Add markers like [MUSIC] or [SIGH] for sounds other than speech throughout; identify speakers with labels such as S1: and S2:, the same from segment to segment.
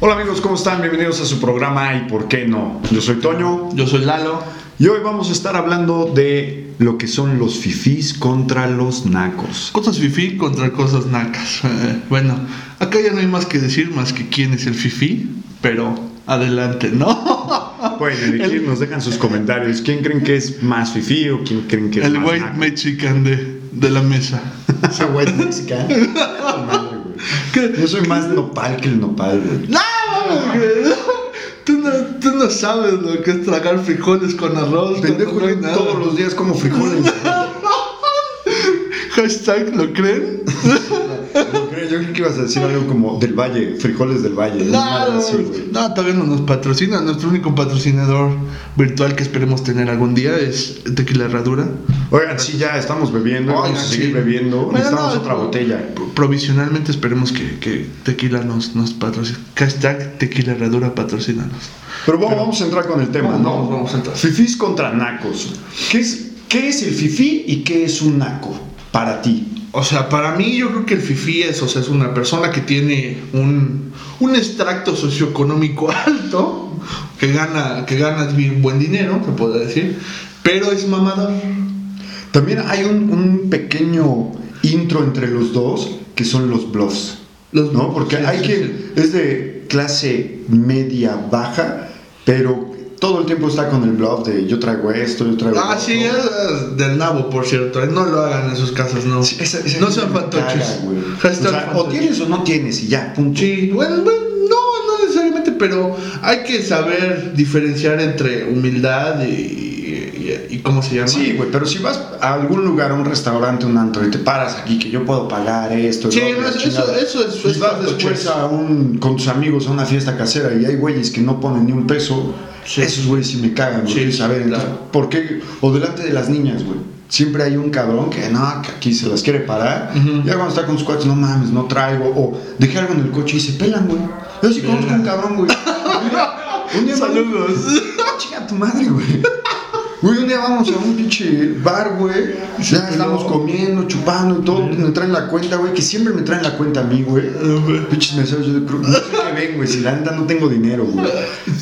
S1: Hola amigos, ¿cómo están? Bienvenidos a su programa ¿Y por qué no? Yo soy Toño
S2: Yo soy Lalo.
S1: y hoy vamos a estar hablando de lo que son los fifís contra los nacos.
S2: Cosas fifí contra cosas nacas. [LAUGHS] Eh, bueno, acá ya no hay más que decir más que quién es el fifí, pero adelante, ¿no?
S1: Pueden elegir, nos dejan sus comentarios. ¿Quién creen que es más fifí o [LAUGHS] quién creen que es
S2: El
S1: más
S2: white
S1: [LAUGHS] naco?
S2: mexican de, de la mesa. [LAUGHS]
S3: Ese white mexican.
S1: Madre, güey. Yo soy más nopal que el nopal, güey.
S2: ¡No! mames, güey! Tú no, tú no sabes lo que es tragar frijoles con arroz.
S1: Pendejo,
S2: no hay
S1: yo
S2: nada.
S1: todos los días como
S2: [LAUGHS]
S1: frijoles.
S2: Hashtag, ¿lo creen?
S1: No creo, Yo creo que ibas a decir algo como del valle, frijoles del valle. una madre
S2: No,
S1: así, güey.
S2: no, todavía no nos patrocina. Nuestro único patrocinador virtual que esperemos tener algún día es Tequila Herradura.
S1: Oigan, sí, ya estamos bebiendo, vamos a
S2: Oigan,
S1: seguir
S2: sí.
S1: bebiendo.
S2: Bueno,
S1: Necesitamos
S2: no,
S1: otra
S2: pro-
S1: botella.
S2: pro- Provisionalmente esperemos que, que Tequila nos, nos patrocine. Hashtag Tequila Herradura patrocínanos.
S1: Pero bueno, vamos a entrar con el tema,
S2: Vamos,
S1: ¿no?
S2: vamos, vamos a entrar.
S1: Fifís contra nacos. ¿Qué es, ¿Qué es el fifí y qué es un naco para ti?
S2: O sea, para mí yo creo que el FIFI es, o sea, es una persona que tiene un, un extracto socioeconómico [LAUGHS] alto, que gana, que gana bien buen dinero, se podría decir, pero es mamador.
S1: También hay un, un pequeño intro entre los dos que son los bluffs,
S2: Los-
S1: ¿no? Porque
S2: sí,
S1: hay
S2: sí,
S1: quien es de clase media baja, pero todo el tiempo está con el bluff de yo traigo esto, yo traigo
S2: Ah,
S1: lo
S2: sí,
S1: otro.
S2: es del nabo, por cierto. ¿eh? No lo hagan en sus casas, no.
S1: Sí, esa- esa
S2: no
S1: gente
S2: sean
S1: me
S2: fantoches.
S1: caga, güey.
S2: Hashtag
S1: O, sea, o
S2: fantoches.
S1: tienes o no tienes y ya, punto.
S2: Sí, bueno, bueno, no, no necesariamente, pero hay que saber diferenciar entre humildad y, y- y- ¿cómo se llama?
S1: Sí, güey, pero si vas a algún lugar, a un restaurante, un antro, y te paras aquí, que yo puedo pagar esto.
S2: Sí,
S1: lo otro,
S2: no,
S1: la
S2: eso-
S1: chingada,
S2: eso- eso es-
S1: y
S2: eso es
S1: vas después
S2: fantochés.
S1: a un, con tus amigos a una fiesta casera y hay güeyes que no ponen ni un peso.
S2: Sí.
S1: Esos güeyes sí me cagan, güey.
S2: Sí,
S1: quiero saber,
S2: claro.
S1: entonces, ¿por qué? O delante de las niñas, güey. Siempre hay un cabrón que no, que aquí se las quiere parar.
S2: Ujú.
S1: Ya cuando está con sus cuates, no mames, no traigo. O dejé algo en el coche y se pelan, güey. Yo sí conozco un cabrón,
S2: [LAUGHS]
S1: güey. Un día
S2: Saludos.
S1: Chinga tu madre,
S2: [LAUGHS]
S1: güey. Güey, un día vamos a un pinche bar, güey. Ya estamos comiendo, chupando y todo. Me traen la cuenta, güey. Que siempre me traen la cuenta a mí, güey. Pinches meseros, yo de creo. No sé qué ven, güey. Si la neta no tengo dinero, güey.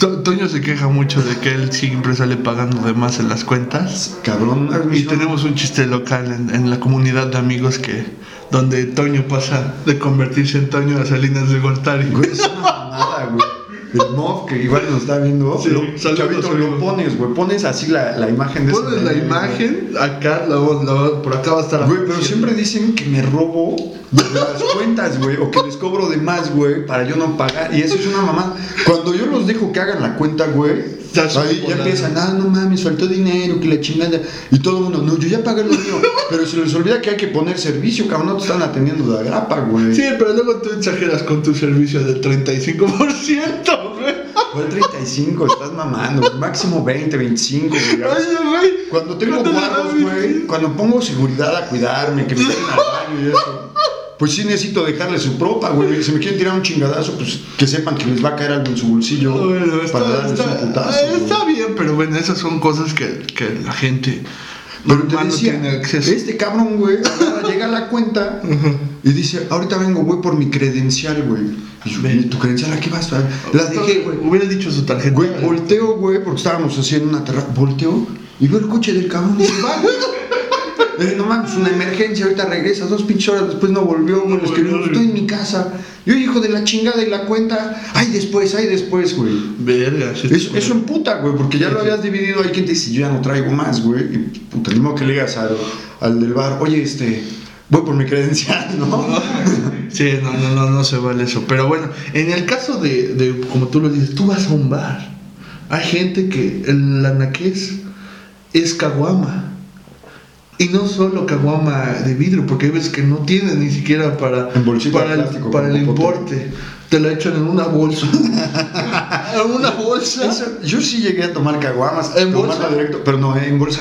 S2: To- Toño se queja mucho de que él siempre sale pagando de más en las cuentas.
S1: Cabrón. una vez me
S2: Y
S1: hicieron-
S2: tenemos un chiste local en, en la comunidad de amigos que donde Toño pasa de convertirse en Toño a Salinas de Gortari.
S1: Güey, es una mamada, güey. El mof que igual nos está viendo.
S2: Sí,
S1: lo,
S2: saludos,
S1: chavito, lo
S2: saludos.
S1: pones, güey. Pones así la, la imagen de ese
S2: Pones la
S1: meme, güey.
S2: imagen acá, la, voz- la voz- por acá va a estar.
S1: Güey, pero siempre dicen que me robo de las cuentas, güey, o que les cobro de más, güey, para yo no pagar. Y eso es una mamá. Cuando yo los dejo que hagan la cuenta, güey,
S2: Ya se
S1: ahí ya
S2: volando.
S1: empiezan, ah, no mames, faltó dinero, que la chingada. Y todo el mundo, no, yo ya pagué lo mío. Pero se les olvida que hay que poner servicio, cabrón, no te están atendiendo de la grapa, güey.
S2: Sí, pero luego tú exageras con tu servicio del 35%, güey.
S1: Fue 35, estás mamando, güey, máximo 20, 25, güey.
S2: Oye, güey.
S1: Cuando tengo
S2: ¿Cuánto le
S1: guardos,
S2: das,
S1: güey, cuando pongo seguridad a cuidarme, que me tiren al baño y eso, pues sí necesito dejarle su propa, güey. Si me quieren tirar un chingadazo, pues que sepan que les va a caer algo en su bolsillo
S2: Bueno, está,
S1: para darles
S2: está-
S1: un putazo. güey.
S2: está bien, pero bueno, esas son cosas que, que la gente
S1: Pero te
S2: normal
S1: decía,
S2: no tiene acceso.
S1: este cabrón, güey, agarra, llega a la cuenta y dice, ahorita vengo, güey, por mi credencial, güey. Y yo, "¿Y ¿tu credencial a qué vas? güey?" La dejé, güey.
S2: Hubiera dicho su tarjeta.
S1: Güey, volteo, güey, porque estábamos así en una terraza. Volteo y veo el coche del cabrón y se va, güey.
S2: [LAUGHS]
S1: Eh, no mames, una emergencia, ahorita regresas, dos pinches horas después no volvió, güey,
S2: No
S1: los que
S2: volvió,
S1: no
S2: güey.
S1: estoy en mi casa. Yo, hijo de la chingada y la cuenta, ay después, ay después, güey.
S2: Verga, sí,
S1: Eso,
S2: güey.
S1: eso emputa, güey, porque ya
S2: Sí,
S1: lo
S2: sí.
S1: habías dividido, hay quien te dice, yo ya no traigo más, güey. Y puta, ni modo que le digas al, al del bar, oye, este, voy por mi credencial, ¿no?
S2: Sí, no, no, no, no se vale eso. Pero bueno, en el caso de, de, como tú lo dices, tú vas a un bar. Hay gente que el anaqués es caguama. Y no solo caguama de vidrio, porque hay veces que no tienen ni siquiera para,
S1: En bolsita
S2: para,
S1: de
S2: el,
S1: plástico,
S2: para el
S1: como popote.
S2: importe. Te la echan en una bolsa. [LAUGHS] en una bolsa.
S1: Esa- yo sí llegué a tomar caguamas,
S2: ¿En
S1: tomarla
S2: bolsa?
S1: directo, pero no, eh, en
S2: [LAUGHS]
S1: bolsa.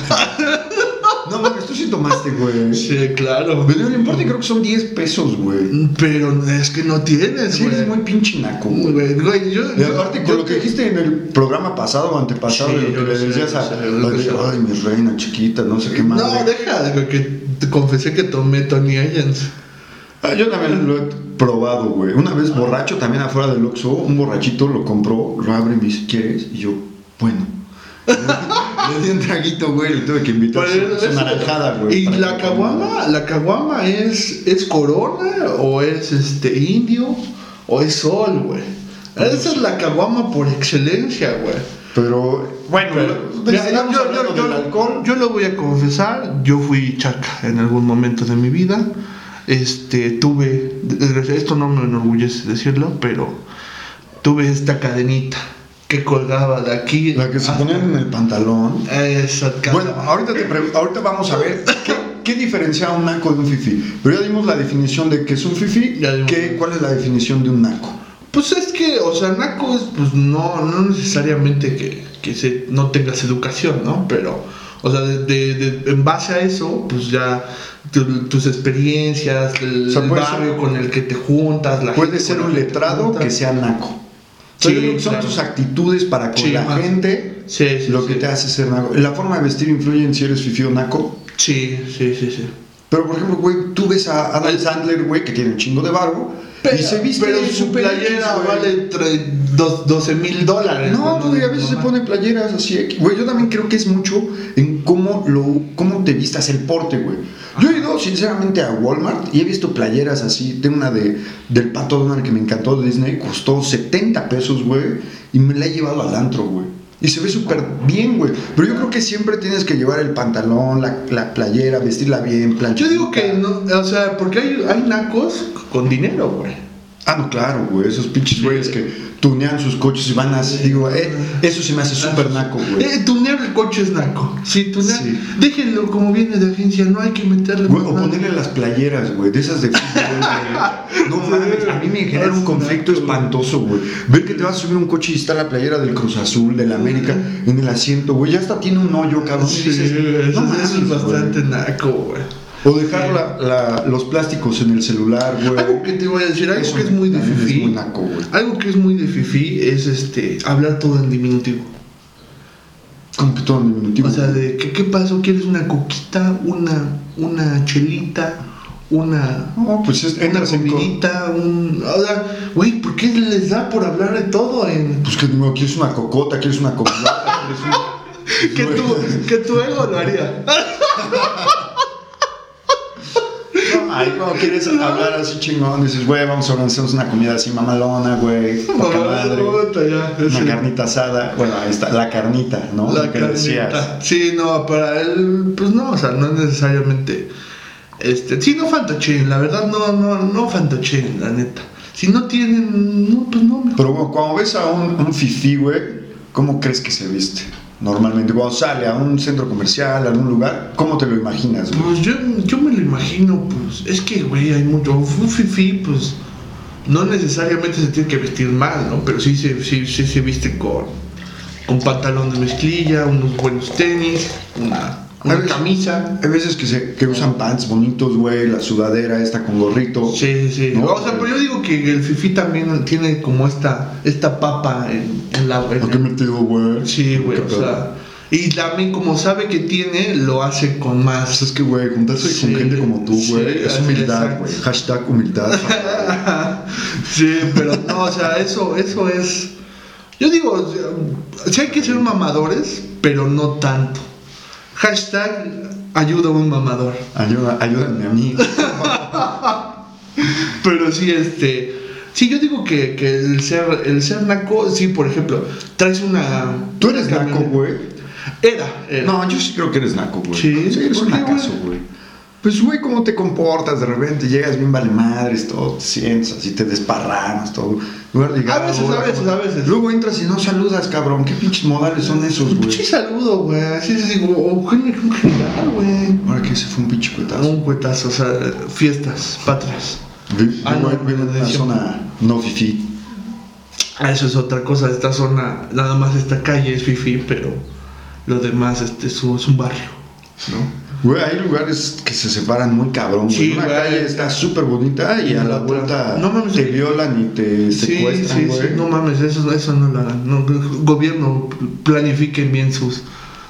S1: no mames, tú sí tomaste, güey.
S2: Sí, claro.
S1: Me dio el importe, creo que son 10 pesos, güey.
S2: Pero es que no tienes,
S1: Sí, eres muy
S2: güey.
S1: pinche naco, güey.
S2: Güey, güey, yo,
S1: Y aparte,
S2: yo
S1: con lo que
S2: te-
S1: dijiste en el programa pasado o antepasado,
S2: Sí,
S1: de lo
S2: yo
S1: que le
S2: sé,
S1: decías
S2: yo
S1: a.
S2: sé, yo
S1: ay,
S2: sé.
S1: Ay, mi reina chiquita, no sé qué
S2: No,
S1: madre.
S2: deja, güey, que te confesé que tomé Tony Agents.
S1: Ah, yo también lo he probado, güey. Una vez borracho también afuera del Oxxo, un borrachito lo compró, lo abre y me dice, ¿quieres? Y yo, bueno. [LAUGHS] Le di un traguito, güey, le tuve que invitar
S2: Pero
S1: a su- su
S2: eso-
S1: Pues, naranjada, güey.
S2: Pues, ¿Y
S1: para
S2: la
S1: que-
S2: caguama? ¿La caguama es, es corona o es este indio o es sol, güey? Esa es la caguama por excelencia, güey.
S1: Pero, bueno,
S2: Mira, yo, yo- yo- yo- yo lo voy a confesar, yo fui chaca en algún momento de mi vida. Este, tuve, desgraci- esto no me enorgullece decirlo, pero tuve esta cadenita que colgaba de aquí.
S1: La que se
S2: hasta-
S1: ponían en el pantalón.
S2: Esa
S1: Bueno,
S2: cadena.
S1: ahorita, te pre- ahorita vamos a ver qué, qué diferencia un naco de un fifi. Pero ya dimos la definición de qué es un fifi.
S2: Ya dimos.
S1: qué- ¿Cuál es la definición de un naco?
S2: Pues es que, o sea, naco es, pues no, no necesariamente que, que se, no tengas educación, ¿no? Pero, o sea, de, de- de- en base a eso, pues ya tu- tus experiencias, el
S1: O sea, puede
S2: barrio
S1: ser-
S2: con el que te juntas, la
S1: Puede
S2: gente
S1: ser
S2: con
S1: un
S2: la te
S1: letrado
S2: juntas.
S1: que sea naco.
S2: Sí,
S1: Pero son
S2: claro.
S1: tus actitudes para con
S2: Sí,
S1: la
S2: ajá.
S1: gente
S2: Sí, sí,
S1: lo
S2: sí.
S1: que te hace ser naco. La forma de vestir influye en si eres fifi o naco.
S2: Sí, sí, sí, sí.
S1: Pero, por ejemplo, güey, tú ves a Adam
S2: Al-
S1: Sandler, güey, que tiene un chingo de barro. y se viste
S2: pero
S1: de
S2: su
S1: super X,
S2: playera
S1: güey.
S2: vale entre dos- 12 mil dólares.
S1: No, güey, a veces se pone playeras así. X. Güey, yo también creo que es mucho en cómo, lo, cómo te vistas el porte, güey. Yo he ido, sinceramente, a Walmart y he visto playeras así. Tengo una de, del Pato Donald que me encantó de Disney. Costó 70 pesos, güey. Y me la he llevado al antro, güey. Y se ve súper bien, güey. Pero yo creo que siempre tienes que llevar el pantalón, la, la playera, vestirla bien, planchar.
S2: Yo digo que no, o sea, porque hay, hay nacos con dinero, güey.
S1: Ah, no, claro, güey. Esos pinches güeyes que tunean sus coches y van así. Digo, eh, eso se me hace súper naco, güey.
S2: Eh, tunear el coche es naco. Sí, tunear.
S1: Sí.
S2: Déjenlo como viene de agencia, no hay que meterle.
S1: Güey,
S2: más
S1: o
S2: nada.
S1: ponerle las playeras, güey, de esas de fútbol, [LAUGHS] güey. No mames, a mí me genera un conflicto espantoso, güey. Ver que te vas a subir a un coche y está la playera del Cruz Azul, del América, en el asiento, güey. Ya hasta tiene un hoyo, cabrón. y
S2: Sí,
S1: dices,
S2: eso,
S1: "No
S2: eso es
S1: mames,
S2: bastante
S1: güey".
S2: naco, güey.
S1: O dejar la- la- los plásticos en el celular,
S2: Algo
S1: güey.
S2: que te voy a decir, algo
S1: Eso
S2: que es muy de
S1: también es
S2: fifí.
S1: muy naco, güey.
S2: Algo que es muy de fifí es este, hablar todo en diminutivo.
S1: Como que todo en diminutivo.
S2: O sea, de que, qué pasó, quieres una coquita, una, una chelita, una.
S1: no, pues es,
S2: Una
S1: entras en co-
S2: comidita, un. O sea, güey, ¿por qué les da por hablar de todo
S1: [LAUGHS]
S2: en,
S1: Pues que no, quieres una cocota, quieres una cocota, quieres una...
S2: Que tu, que tu ego lo haría.
S1: Ay, como quieres hablar así chingón, dices, güey, vamos a organizarnos una comida así mamalona, güey. poca madre.
S2: Puta, ya,
S1: Una
S2: sí.
S1: carnita asada, bueno, ahí está, la carnita, ¿no?
S2: La
S1: Lo que
S2: carnita.
S1: decías.
S2: Sí, no, para él, pues no, o sea, no es necesariamente. Este, sí, no fantochen, la verdad, no, no, no fantochen, la neta. Si no tienen, no, pues no, mejor.
S1: Pero bueno, cuando ves a un, un fifí, güey, ¿cómo crees que se viste? Normalmente, cuando sale a un centro comercial, a algún lugar, ¿cómo te lo imaginas, güey?
S2: Pues yo, yo me lo imagino, pues, es que, güey, hay mucho. Un fifi, pues, no necesariamente se tiene que vestir mal, ¿no? Pero sí se, sí, sí se viste con, con pantalón de mezclilla, unos buenos tenis, una,
S1: A
S2: una
S1: ver,
S2: camisa.
S1: Hay veces que, se, que usan pants bonitos, güey, la sudadera esta con gorrito.
S2: Sí, sí, sí.
S1: No,
S2: o sea, pero yo digo que el fifi también tiene como esta, esta papa en, en la. en-
S1: ¿A qué metido, güey?
S2: Sí, güey,
S1: ¿Qué
S2: o
S1: pedo?
S2: sea. Y también, como sabe que tiene, lo hace con
S1: Pues
S2: más.
S1: [LAUGHS] es que, güey, juntarse
S2: Sí,
S1: con gente como tú,
S2: sí,
S1: güey, es
S2: así,
S1: humildad,
S2: exacto.
S1: güey. Hashtag humildad.
S2: sí, pero no, o sea, eso, eso es. Yo digo, o sea, sí hay que ser mamadores, pero no tanto. Hashtag ayuda a un mamador.
S1: Ayuda, ayúdame a mí.
S2: Pero sí, este. Sí, yo digo que, que el ser el ser naco, sí, por ejemplo, traes una.
S1: ¿Tú eres
S2: una
S1: naco,
S2: camioneta-
S1: güey?
S2: Era, era.
S1: No, yo sí creo que eres naco, güey.
S2: ¿Sí?
S1: eres
S2: ¿Por
S1: un
S2: qué,
S1: nacazo, güey. Pues, güey, cómo te comportas de repente, llegas bien vale madres, todo, te sientes así, te desparramas, todo. En lugar de llegar
S2: A veces,
S1: la hora,
S2: a veces,
S1: como-
S2: a veces.
S1: Luego entras y no saludas, cabrón. ¿Qué pinches modales son esos,
S2: Sí,
S1: güey?
S2: saludo, güey. Así es, digo, oh, gen- un general, güey.
S1: Ahora que se fue un pinche cuetazo.
S2: Un cuetazo, o sea, fiestas, patrias.
S1: Vi-
S2: Ah,
S1: vivo-
S2: no,
S1: vivo en
S2: de
S1: una
S2: hecho.
S1: zona no fifi.
S2: Ah, eso es otra cosa. Esta zona, nada más esta calle es fifi, pero lo demás este, es, un, es un barrio, ¿no?
S1: Güey, hay lugares que se separan muy cabrón, güey.
S2: Sí,
S1: una
S2: güey.
S1: calle está súper bonita y a la vuelta
S2: No mames.
S1: te violan y te secuestran,
S2: sí,
S1: güey.
S2: sí, no mames, eso, eso no lo hagan. No, gobierno, planifiquen bien sus,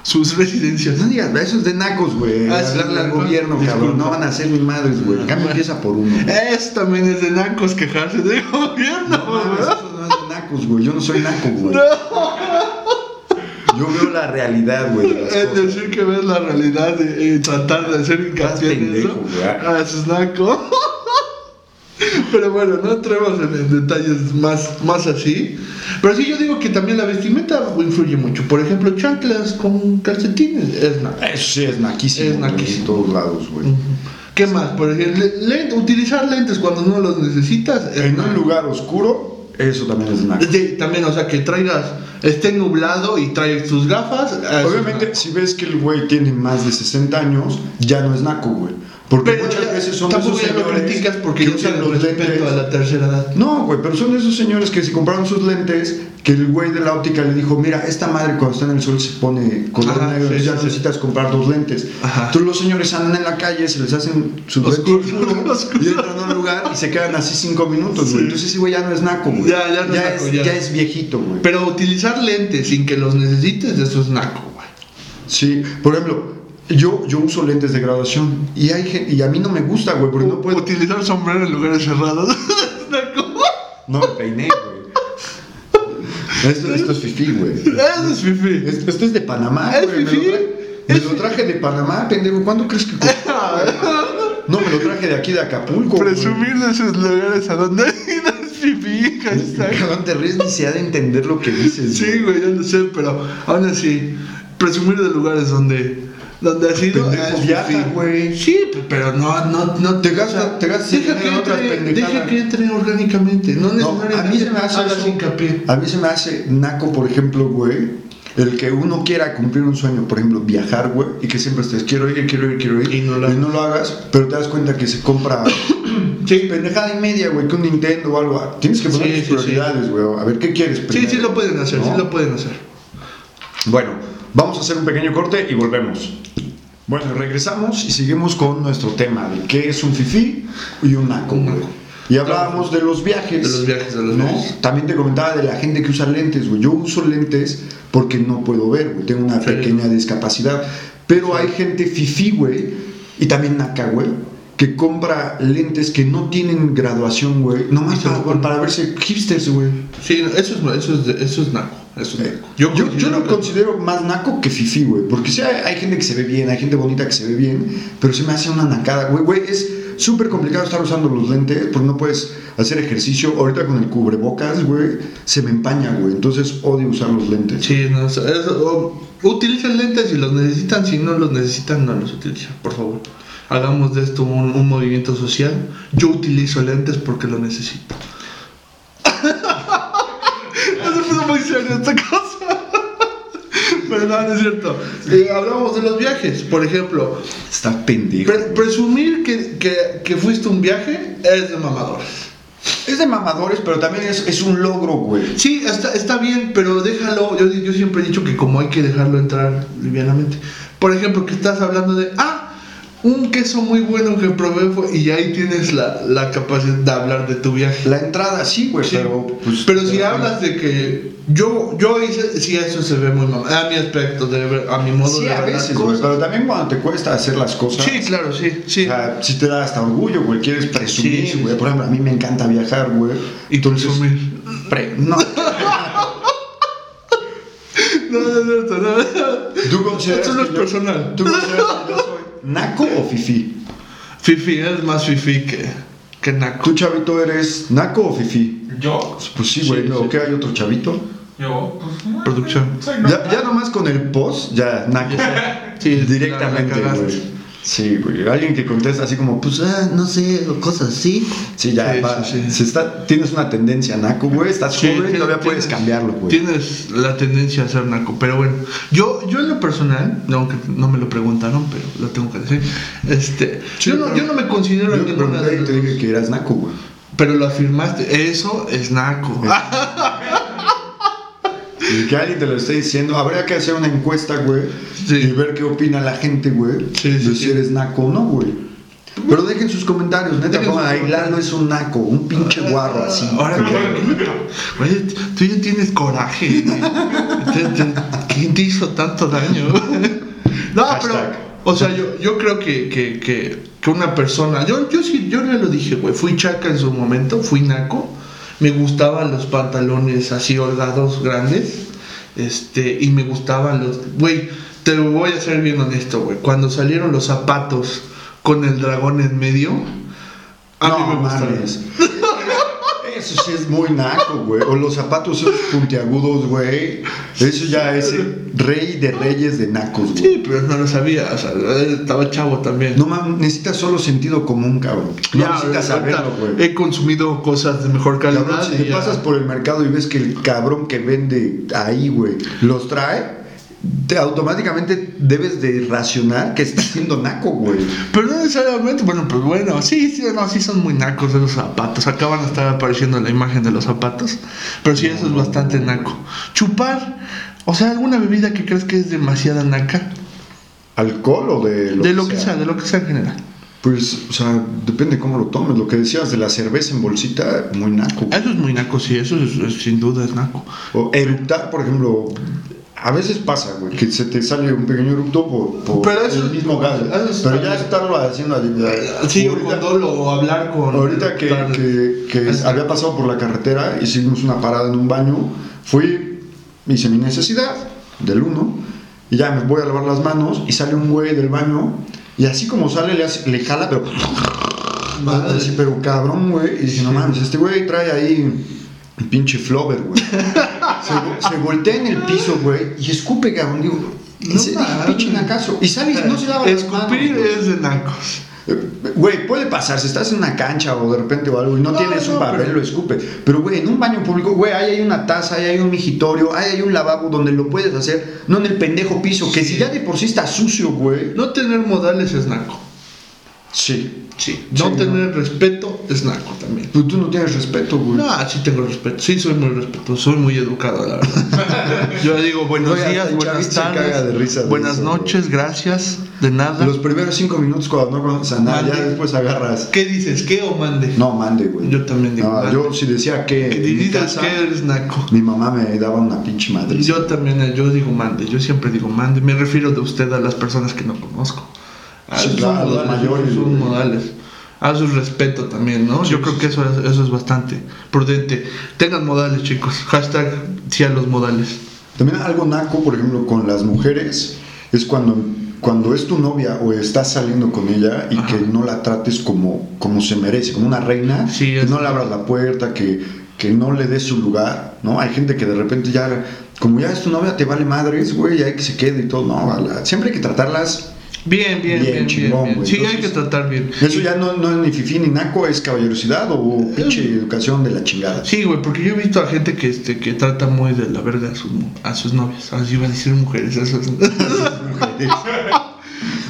S2: sus residencias.
S1: No digas, eso es de nacos, güey.
S2: Ah, sí,
S1: Hablarle al
S2: disculpa.
S1: gobierno, cabrón.
S2: Disculpa.
S1: No van a hacer ni madres, güey. Cambio empieza por
S2: [LAUGHS]
S1: uno. güey.
S2: Es también es de nacos quejarse del gobierno,
S1: No mames,
S2: ¿verdad?
S1: eso no es de nacos, güey. Yo no soy naco, güey. Yo veo la realidad, güey. de las
S2: Es
S1: cosas.
S2: decir, que ves la realidad y, y tratar de hacer hincapié en
S1: pendejo,
S2: eso.
S1: güey.
S2: Ah, eso es naco. [LAUGHS] Pero bueno, no entremos en, en detalles más, más así. Pero sí, yo digo que también la vestimenta influye mucho. Por ejemplo, chanclas con calcetines es naco.
S1: Eso sí es naquísimo.
S2: Es
S1: güey,
S2: naquísimo.
S1: En todos lados, güey.
S2: ¿Qué más? Por ejemplo, le- le- utilizar lentes cuando no los necesitas es
S1: En
S2: naco.
S1: un lugar oscuro, eso también es naco.
S2: Sí, también, o sea, que traigas, esté nublado y traigas tus gafas. eso es
S1: Obviamente,
S2: naco.
S1: si ves que el güey tiene más de 60 años, ya no es naco, güey. Porque
S2: Pero
S1: muchas
S2: ya-
S1: veces son de
S2: tampoco
S1: esos
S2: ya lo
S1: señores
S2: criticas porque
S1: que
S2: yo
S1: usan
S2: tengo
S1: los
S2: respeto
S1: lentes.
S2: a la tercera edad.
S1: No, güey, pero son de esos señores que se compraron sus lentes, que el güey de la óptica le dijo, mira, esta madre cuando está en el sol se pone color
S2: Ajá,
S1: negro,
S2: sí,
S1: ya
S2: sí, sí.
S1: necesitas comprar dos lentes.
S2: Ajá.
S1: Entonces los señores andan en la calle, se les hacen sus
S2: Oscuro,
S1: lentes oscuros,
S2: [LAUGHS] oscuro.
S1: y entran a un lugar y se quedan así cinco minutos,
S2: Sí.
S1: güey. Entonces ese güey ya no es naco, güey.
S2: Ya- ya no es naco,
S1: es,
S2: ya.
S1: es viejito, güey.
S2: Pero utilizar lentes sin que los necesites, eso es naco, güey.
S1: Sí, por ejemplo, yo, yo uso lentes de graduación y, hay, gen- y a mí no me gusta, güey, porque no
S2: [LAUGHS]
S1: puedo...
S2: Utilizar sombrero en lugares cerrados [LAUGHS] es naco.
S1: No me peiné, güey. Esto, esto es fifí, güey.
S2: Eso es fifi.
S1: Esto, esto es de Panamá,
S2: ¿Es
S1: güey. Me,
S2: fifí?
S1: lo tra- me lo traje de Panamá, pendejo. ¿Cuánto crees que costó? No, me lo traje de aquí de Acapulco. güey.
S2: [LAUGHS] Presumir de esos lugares a donde [LAUGHS] no es fifi,
S1: [LAUGHS]
S2: hashtag.
S1: Cabrón, te ríes ni se ha de entender lo que dices.
S2: Sí, güey, yo lo sé, pero aún así, presumir de lugares donde, donde has ido
S1: Pendejo,
S2: es
S1: viaja,
S2: fifí.
S1: güey.
S2: Sí, pe- pero no, no, no
S1: Te gasta- te gastas
S2: deja
S1: dinero
S2: que
S1: en otras
S2: entre,
S1: pendejadas.
S2: deja que entre orgánicamente, no
S1: No, a mí
S2: necesariamente
S1: se me hace
S2: hagas
S1: eso-
S2: hincapié.
S1: A mí se me hace naco, por ejemplo, güey. El que uno quiera cumplir un sueño, por ejemplo, viajar, güey, y que siempre estés, quiero ir, quiero ir, quiero ir,
S2: Y no lo hagas.
S1: hagas, pero te das cuenta que se compra
S2: [COUGHS] Sí,
S1: pendejada y media, güey, que un Nintendo o algo. Tienes que poner
S2: Sí,
S1: tus
S2: sí, sí.
S1: prioridades, güey. A ver, ¿qué quieres?
S2: sí,
S1: primero?
S2: sí lo pueden hacer, sí
S1: ¿No?
S2: lo pueden hacer.
S1: Bueno, vamos a hacer un pequeño corte y volvemos. Bueno, regresamos y seguimos con nuestro tema de qué es un fifí y un naco.
S2: Un
S1: güey.
S2: naco.
S1: Y hablábamos de los viajes.
S2: De los viajes, de los
S1: ¿no?
S2: viajes.
S1: También te comentaba de la gente que usa lentes, güey. Yo uso lentes porque no puedo ver, güey. Tengo una
S2: Sí.
S1: pequeña discapacidad. Pero hay gente fifí, güey, y también naca, güey, que compra lentes que no tienen graduación, güey.
S2: Y
S1: Nomás
S2: se los
S1: para,
S2: pone.
S1: para verse hipsters, güey.
S2: Sí, no, eso es eso es de- eso es naco, eso es naco.
S1: Eh, Yo, yo,
S2: considero
S1: lo
S2: que-
S1: considero más naco que fifi, güey. Porque sí hay, hay gente que se ve bien, hay gente bonita que se ve bien, pero se me hace una nacada, güey. Güey, es súper complicado estar usando los lentes porque no puedes hacer ejercicio. Ahorita con el cubrebocas, güey, se me empaña, güey. Entonces odio usar los lentes.
S2: Sí, no, eso- eso- o- utilizan lentes si los necesitan, si no los necesitan no los utilizan, por favor. Hagamos de esto un, un movimiento social. Yo utilizo lentes porque lo necesito. [LAUGHS] Eso fue muy serio esta cosa. [LAUGHS] Pero no, no es cierto. Eh, hablamos de los viajes, por ejemplo.
S1: Está pendejo.
S2: pre- presumir que, que- que fuiste un viaje es de mamadores.
S1: es de mamadores, pero también es, es un logro, güey.
S2: Sí, está, está bien, pero déjalo. Yo, yo siempre he dicho que como hay que dejarlo entrar livianamente. Por ejemplo, que estás hablando de, ah, un queso muy bueno que probé fue- y ahí tienes la, la capacidad de hablar de tu viaje.
S1: La entrada sí, güey,
S2: Sí,
S1: pero... pues,
S2: pero si
S1: pero-
S2: hablas de que yo, yo hice, sí, eso se ve muy mal. A mi aspecto, de ver- a mi modo
S1: Sí,
S2: de
S1: a
S2: ver las
S1: veces, güey,
S2: cosas.
S1: pero también cuando te cuesta hacer las cosas...
S2: Sí, claro, sí, sí.
S1: O sea, sí te da hasta orgullo, güey. Quieres presumir,
S2: Sí.
S1: güey. Por ejemplo, a mí me encanta viajar, güey.
S2: Y
S1: Entonces, [LAUGHS]
S2: presumir.
S1: pre-
S2: [LAUGHS]
S1: No.
S2: No, no, no, no, no, no.
S1: ¿Tú consideras
S2: Eso no es
S1: que yo-
S2: personal.
S1: ¿Tú consideras que yo soy naco o fifí?
S2: Fifi, es más fifi que, que naco.
S1: ¿Tú, chavito, eres naco o fifí?
S4: Yo,
S1: Pues sí, güey.
S2: Sí,
S1: ¿no?
S2: sí.
S1: ¿Qué hay otro chavito?
S4: yo, pues, no,
S2: Producción.
S4: soy
S1: Ya,
S4: normal.
S1: ya nomás con el post, ya naco.
S2: Sí,
S1: Directamente,
S2: la- la cagaste.
S1: güey. Sí, güey. Alguien que contesta así como, pues, ah, no sé, o cosas así. Sí, ya,
S2: Sí,
S1: va.
S2: sí, sí.
S1: Se está, tienes una tendencia naco, güey. Estás
S2: Sí,
S1: joven,
S2: tienes-
S1: todavía puedes
S2: tienes-
S1: cambiarlo, güey.
S2: Tienes la tendencia a ser narco, pero bueno, yo, yo en lo personal, aunque no me lo preguntaron, pero lo tengo que decir, este,
S1: Sí,
S2: yo, no,
S1: pero-
S2: yo no me considero
S1: Yo te
S2: ninguna
S1: pregunté
S2: de
S1: y te
S2: las
S1: dije
S2: dos,
S1: que eras naco, güey.
S2: pero lo afirmaste, eso es narco.
S1: Y que alguien te lo esté diciendo, habría que hacer una encuesta, güey.
S2: Sí.
S1: Y ver qué opina la gente, güey.
S2: Sí,
S1: de
S2: sí,
S1: si
S2: sí.
S1: eres naco o no, güey. Pero dejen sus comentarios, neta,
S2: Dejen
S1: pongan
S2: sus
S1: ahí, Lalo es un naco, un pinche guarro así.
S2: Ahora, güey, tú ya tienes tienes coraje. güey? Te- te- ¿Quién te hizo tanto daño? No, pero.
S1: Hashtag.
S2: O sea, yo, yo creo que, que, que, que una persona. Yo, yo sí, yo ya lo dije, güey. Fui chaca en su momento, fui naco. Me gustaban los pantalones así holgados grandes. Este, y me gustaban los. Güey, te voy a ser bien honesto, güey. Cuando salieron los zapatos con el dragón en medio, a
S1: no,
S2: mí me gustaron.
S1: mames. Eso sí es muy naco, güey. O los zapatos esos puntiagudos, güey. Eso ya es el rey de reyes de nacos, güey.
S2: Sí, pero no lo sabía, o sea, estaba chavo también.
S1: No mames, necesitas solo sentido común, cabrón. No
S2: Ya,
S1: necesitas
S2: ahorita
S1: saberlo, güey.
S2: He consumido cosas de mejor calidad.
S1: Cabrón, si te
S2: y ya.
S1: pasas por el mercado y ves que el cabrón que vende ahí, güey, los trae, te automáticamente debes de racionar que está siendo naco, güey.
S2: Pero no necesariamente, bueno, pues bueno, sí, sí, no, sí son muy nacos esos zapatos. Acaban de estar apareciendo la imagen de los zapatos, pero sí, eso es bastante naco. Chupar, o sea, alguna bebida que crees que es demasiada naca,
S1: ¿Alcohol o de lo
S2: de lo que sea, de lo que sea en general.
S1: Pues, o sea, depende cómo lo tomes. Lo que decías de la cerveza en bolsita, muy naco.
S2: Eso es muy naco, sí, eso es, es- sin duda es naco.
S1: O eructar, por ejemplo, a veces pasa, güey, que se te sale un pequeño eructo por, por
S2: Pero eso-
S1: el mismo gas.
S2: eso es-
S1: Pero ya estarlo haciendo así.
S2: Sí, o
S1: ahorita,
S2: con dolo, o hablar con.
S1: ahorita que,
S2: tal-
S1: que- que
S2: Así.
S1: había pasado por la carretera, hicimos una parada en un baño, fui, hice mi necesidad del uno, y ya me voy a lavar las manos, y sale un güey del baño, y así como sale, le, hace- le jala, pero... Ah,
S2: Madre.
S1: Así, pero cabrón, güey. Y dije, no mames, este güey trae ahí un pinche flover,
S2: [LAUGHS]
S1: güey. se, se voltea en el piso, güey, y escupe, cabrón. Digo,
S2: No
S1: ese
S2: mames.
S1: pinche nacazo. Y sale y no se lava las
S2: Escupir
S1: manos, güey.
S2: es de nacos.
S1: Eh, Güey, puede pasar, si estás en una cancha o de repente o algo y no,
S2: No,
S1: tienes
S2: no,
S1: un papel,
S2: pero-
S1: lo escupe. Pero, güey, en un baño público, güey, ahí hay una taza, ahí hay un migitorio, ahí hay un lavabo donde lo puedes hacer, no en el pendejo piso, que si ya de por sí está sucio, güey.
S2: No tener modales es naco.
S1: Sí.
S2: Sí. No
S1: Sí,
S2: tener respeto es naco también.
S1: Pues tú no tienes respeto, güey.
S2: No, sí tengo respeto. Sí, soy muy respetuoso. Soy muy educado, la verdad.
S1: [LAUGHS]
S2: Yo digo buenos
S1: Oye, hasta
S2: días,
S1: el
S2: buenas
S1: Chavit se caga
S2: tardes,
S1: de risa de
S2: buenas
S1: eso, güey.
S2: noches, gracias, de nada.
S1: Los primeros cinco minutos cuando no conoces a nadie, ya
S2: Mande.
S1: después agarras.
S2: ¿Qué dices? ¿Qué o mande?
S1: No, mande, güey.
S2: Yo también digo,
S1: No,
S2: mande.
S1: yo si decía que
S2: ¿Qué
S1: en mi
S2: dices?
S1: casa,
S2: ¿Qué eres naco?
S1: mi mamá me daba una pinche madre.
S2: Yo también, eh, yo digo mande. Yo siempre digo mande. Me refiero de usted a las personas que no conozco. A
S1: Sí,
S2: esos
S1: claro, los
S2: modales,
S1: mayores,
S2: esos
S1: güey.
S2: modales. A su respeto también, ¿no? Yo creo que eso es, eso es bastante prudente. Tengan modales, chicos. Hashtag sí a los modales.
S1: También algo naco, por ejemplo, con las mujeres, es cuando, cuando es tu novia o estás saliendo con ella y
S2: Ajá.
S1: que no la trates como, como se merece, como una reina,
S2: Sí,
S1: que
S2: es-
S1: no le abras la puerta, que, que no le des su lugar, ¿no? Hay gente que de repente ya, como ya es tu novia, te vale madres, güey, hay que se quede y todo, no, a la- siempre hay que tratarlas.
S2: Bien, bien,
S1: Bien,
S2: bien, bien.
S1: chingón,
S2: bien.
S1: güey.
S2: Sí, hay que
S1: Entonces,
S2: tratar bien.
S1: Eso ya no, no es ni fifí ni naco, es caballerosidad
S2: Eh.
S1: o pinche educación de la chingada.
S2: Sí, güey, porque yo he visto a gente que, este, que trata muy de la verga a sus, mu- a sus novias. Así iba a decir mujeres. Eso es... [LAUGHS]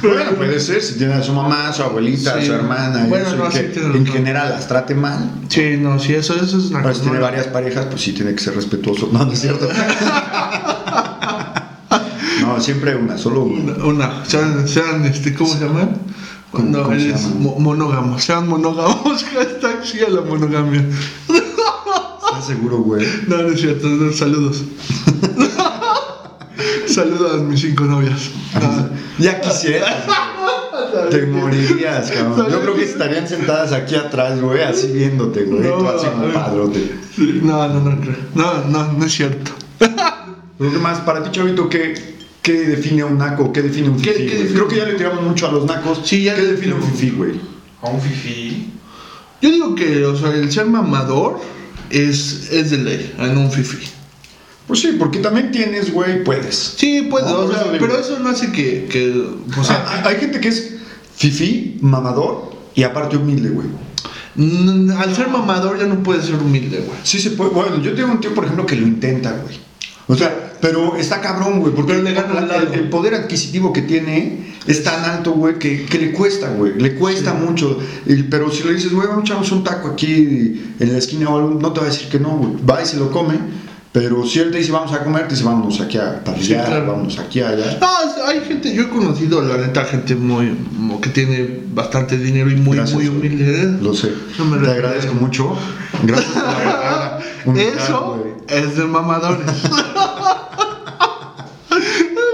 S1: Bueno, puede ser, si tiene a su mamá, a su abuelita, a
S2: Sí.
S1: su hermana, y
S2: Bueno,
S1: eso, y
S2: no,
S1: que
S2: sí tiene
S1: en
S2: razón.
S1: general las trate mal.
S2: sí, no, sí, eso, eso es una
S1: Ahora, si tiene
S2: ¿no?
S1: varias parejas, pues sí tiene que ser respetuoso. No, no es
S2: [LAUGHS]
S1: cierto. no, siempre una, solo una.
S2: Una, una. sean, sean, este, ¿cómo se llama? Cuando
S1: ¿Cómo se
S2: eres
S1: llaman?
S2: mo- monógamo, sean monógamos, [LAUGHS] hashtag sí a la monogamia.
S1: ¿Estás seguro, güey?
S2: No, no es cierto, no, saludos. [LAUGHS] saludos a mis cinco novias. Ah,
S1: Ya quisieras. güey. Te morirías, cabrón. Yo creo que estarían sentadas aquí atrás, güey, así viéndote, güey.
S2: No,
S1: tú así
S2: a
S1: como
S2: ver.
S1: padrote.
S2: sí, no, no, no, creo. no, no, no es cierto.
S1: Lo que más, para ti, Chavito, ¿qué, qué define a un naco? ¿Qué define un
S2: ¿Qué-
S1: fifí?
S2: qué
S1: güey?
S2: define?
S1: Creo que ya le tiramos mucho a los nacos.
S2: Sí, ya
S1: ¿Qué
S2: le
S1: define un
S2: tiramos.
S1: fifí, güey?
S3: A un fifi.
S2: Yo digo que, o sea, el ser mamador es, es de ley, en un fifi.
S1: Pues sí, porque también tienes, güey, puedes.
S2: Sí, pues,
S1: No,
S2: o
S1: por
S2: sea,
S1: eso digo.
S2: pero eso no hace que, que o
S1: O sea,
S2: sea,
S1: hay- hay gente que es fifí, mamador y aparte humilde, güey.
S2: n- al ser mamador ya no puedes ser humilde, güey.
S1: Sí se puede. Bueno, yo tengo un tío, por ejemplo, que lo intenta, güey. O sea, pero está cabrón, güey, porque
S2: Pero le gana al
S1: el,
S2: lado.
S1: el poder adquisitivo que tiene es tan alto, güey, que, que le cuesta, güey. Le cuesta mucho. Y- pero si le dices, güey, vamos a echarnos un taco aquí en la esquina o algo, no te va a decir que no, güey. Va y se lo come. Pero si él te dice, vamos a comer, te dice, vámonos aquí a parrillar,
S2: Sí, claro.
S1: vámonos aquí allá.
S2: No, es- Ah, hay gente, yo he conocido, la neta, gente muy, mo- que tiene bastante dinero y muy,
S1: Gracias,
S2: muy
S1: güey.
S2: humilde. ¿eh?
S1: Lo sé.
S2: No me
S1: te
S2: lo-
S1: agradezco mucho. Gracias por la- Humildad,
S2: Eso
S1: güey.
S2: es de mamadores.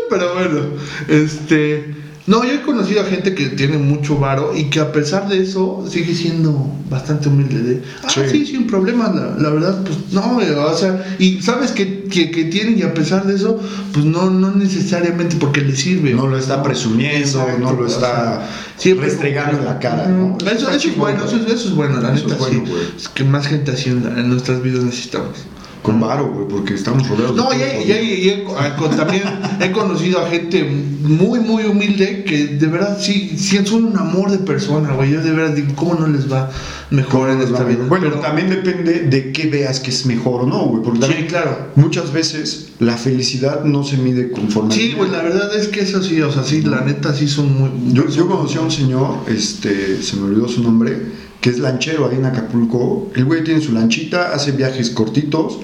S2: Pero bueno, este. No, yo he conocido a gente que tiene mucho varo y que a pesar de eso sigue siendo bastante humilde. De, ah, sí,
S1: Sí.
S2: sin problemas, la, la verdad, pues no, eh, o sea, y sabes que, que, que tienen y a pesar de eso, pues no, no necesariamente porque le sirve.
S1: No lo está presumiendo,
S2: Exacto,
S1: no lo
S2: o sea,
S1: está
S2: siempre-
S1: restregando en la cara. ¿no?
S2: Ujú. Eso,
S1: Está
S2: eso es
S1: chingón,
S2: bueno, eso,
S1: güey.
S2: es- eso es bueno, la
S1: Eso
S2: neta,
S1: es bueno,
S2: sí.
S1: güey.
S2: Es que más gente así en, la- en nuestras vidas necesitamos.
S1: Con varo, güey, porque estamos rodeados
S2: No,
S1: de
S2: y,
S1: todo,
S2: hay- y
S1: güey.
S2: hay- y he co- ah, con- también he conocido a gente muy, muy humilde que de verdad sí, sí son un amor de persona, güey. Yo de verdad digo, ¿cómo no les va mejor en esta vida?
S1: Bueno,
S2: Pero-
S1: también depende de qué veas que es mejor o no, güey. Porque
S2: Sí,
S1: también
S2: claro.
S1: muchas veces la felicidad no se mide conforme.
S2: Sí, güey, la verdad es que eso sí, o sea, sí, la neta sí son muy.
S1: Mm. Yo, yo conocí a un señor, este, se me olvidó su nombre, que es lanchero ahí en Acapulco. El güey tiene su lanchita, hace viajes cortitos.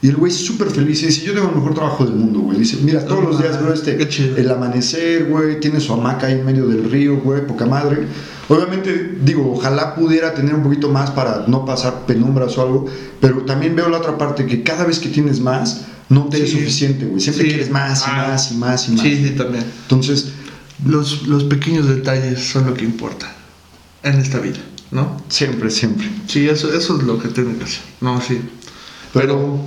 S1: Y el güey es súper feliz y dice, yo tengo el mejor trabajo del mundo, güey. Dice, mira, todos
S2: No
S1: los días
S2: mames,
S1: veo este,
S2: Ah, qué chido.
S1: el amanecer, güey, tiene su hamaca ahí en medio del río, güey, poca madre. Obviamente, digo, ojalá pudiera tener un poquito más para no pasar penumbras o algo, pero también veo la otra parte que cada vez que tienes más, no te es
S2: Sí.
S1: suficiente, güey. Siempre
S2: Sí.
S1: quieres más y
S2: Ah.
S1: más y más y más.
S2: Sí, sí, también.
S1: Entonces,
S2: Los, los pequeños detalles son lo que importa en esta vida, ¿no?
S1: siempre, siempre.
S2: Sí, eso, eso es lo que tiene que hacer. No, sí.
S1: Pero,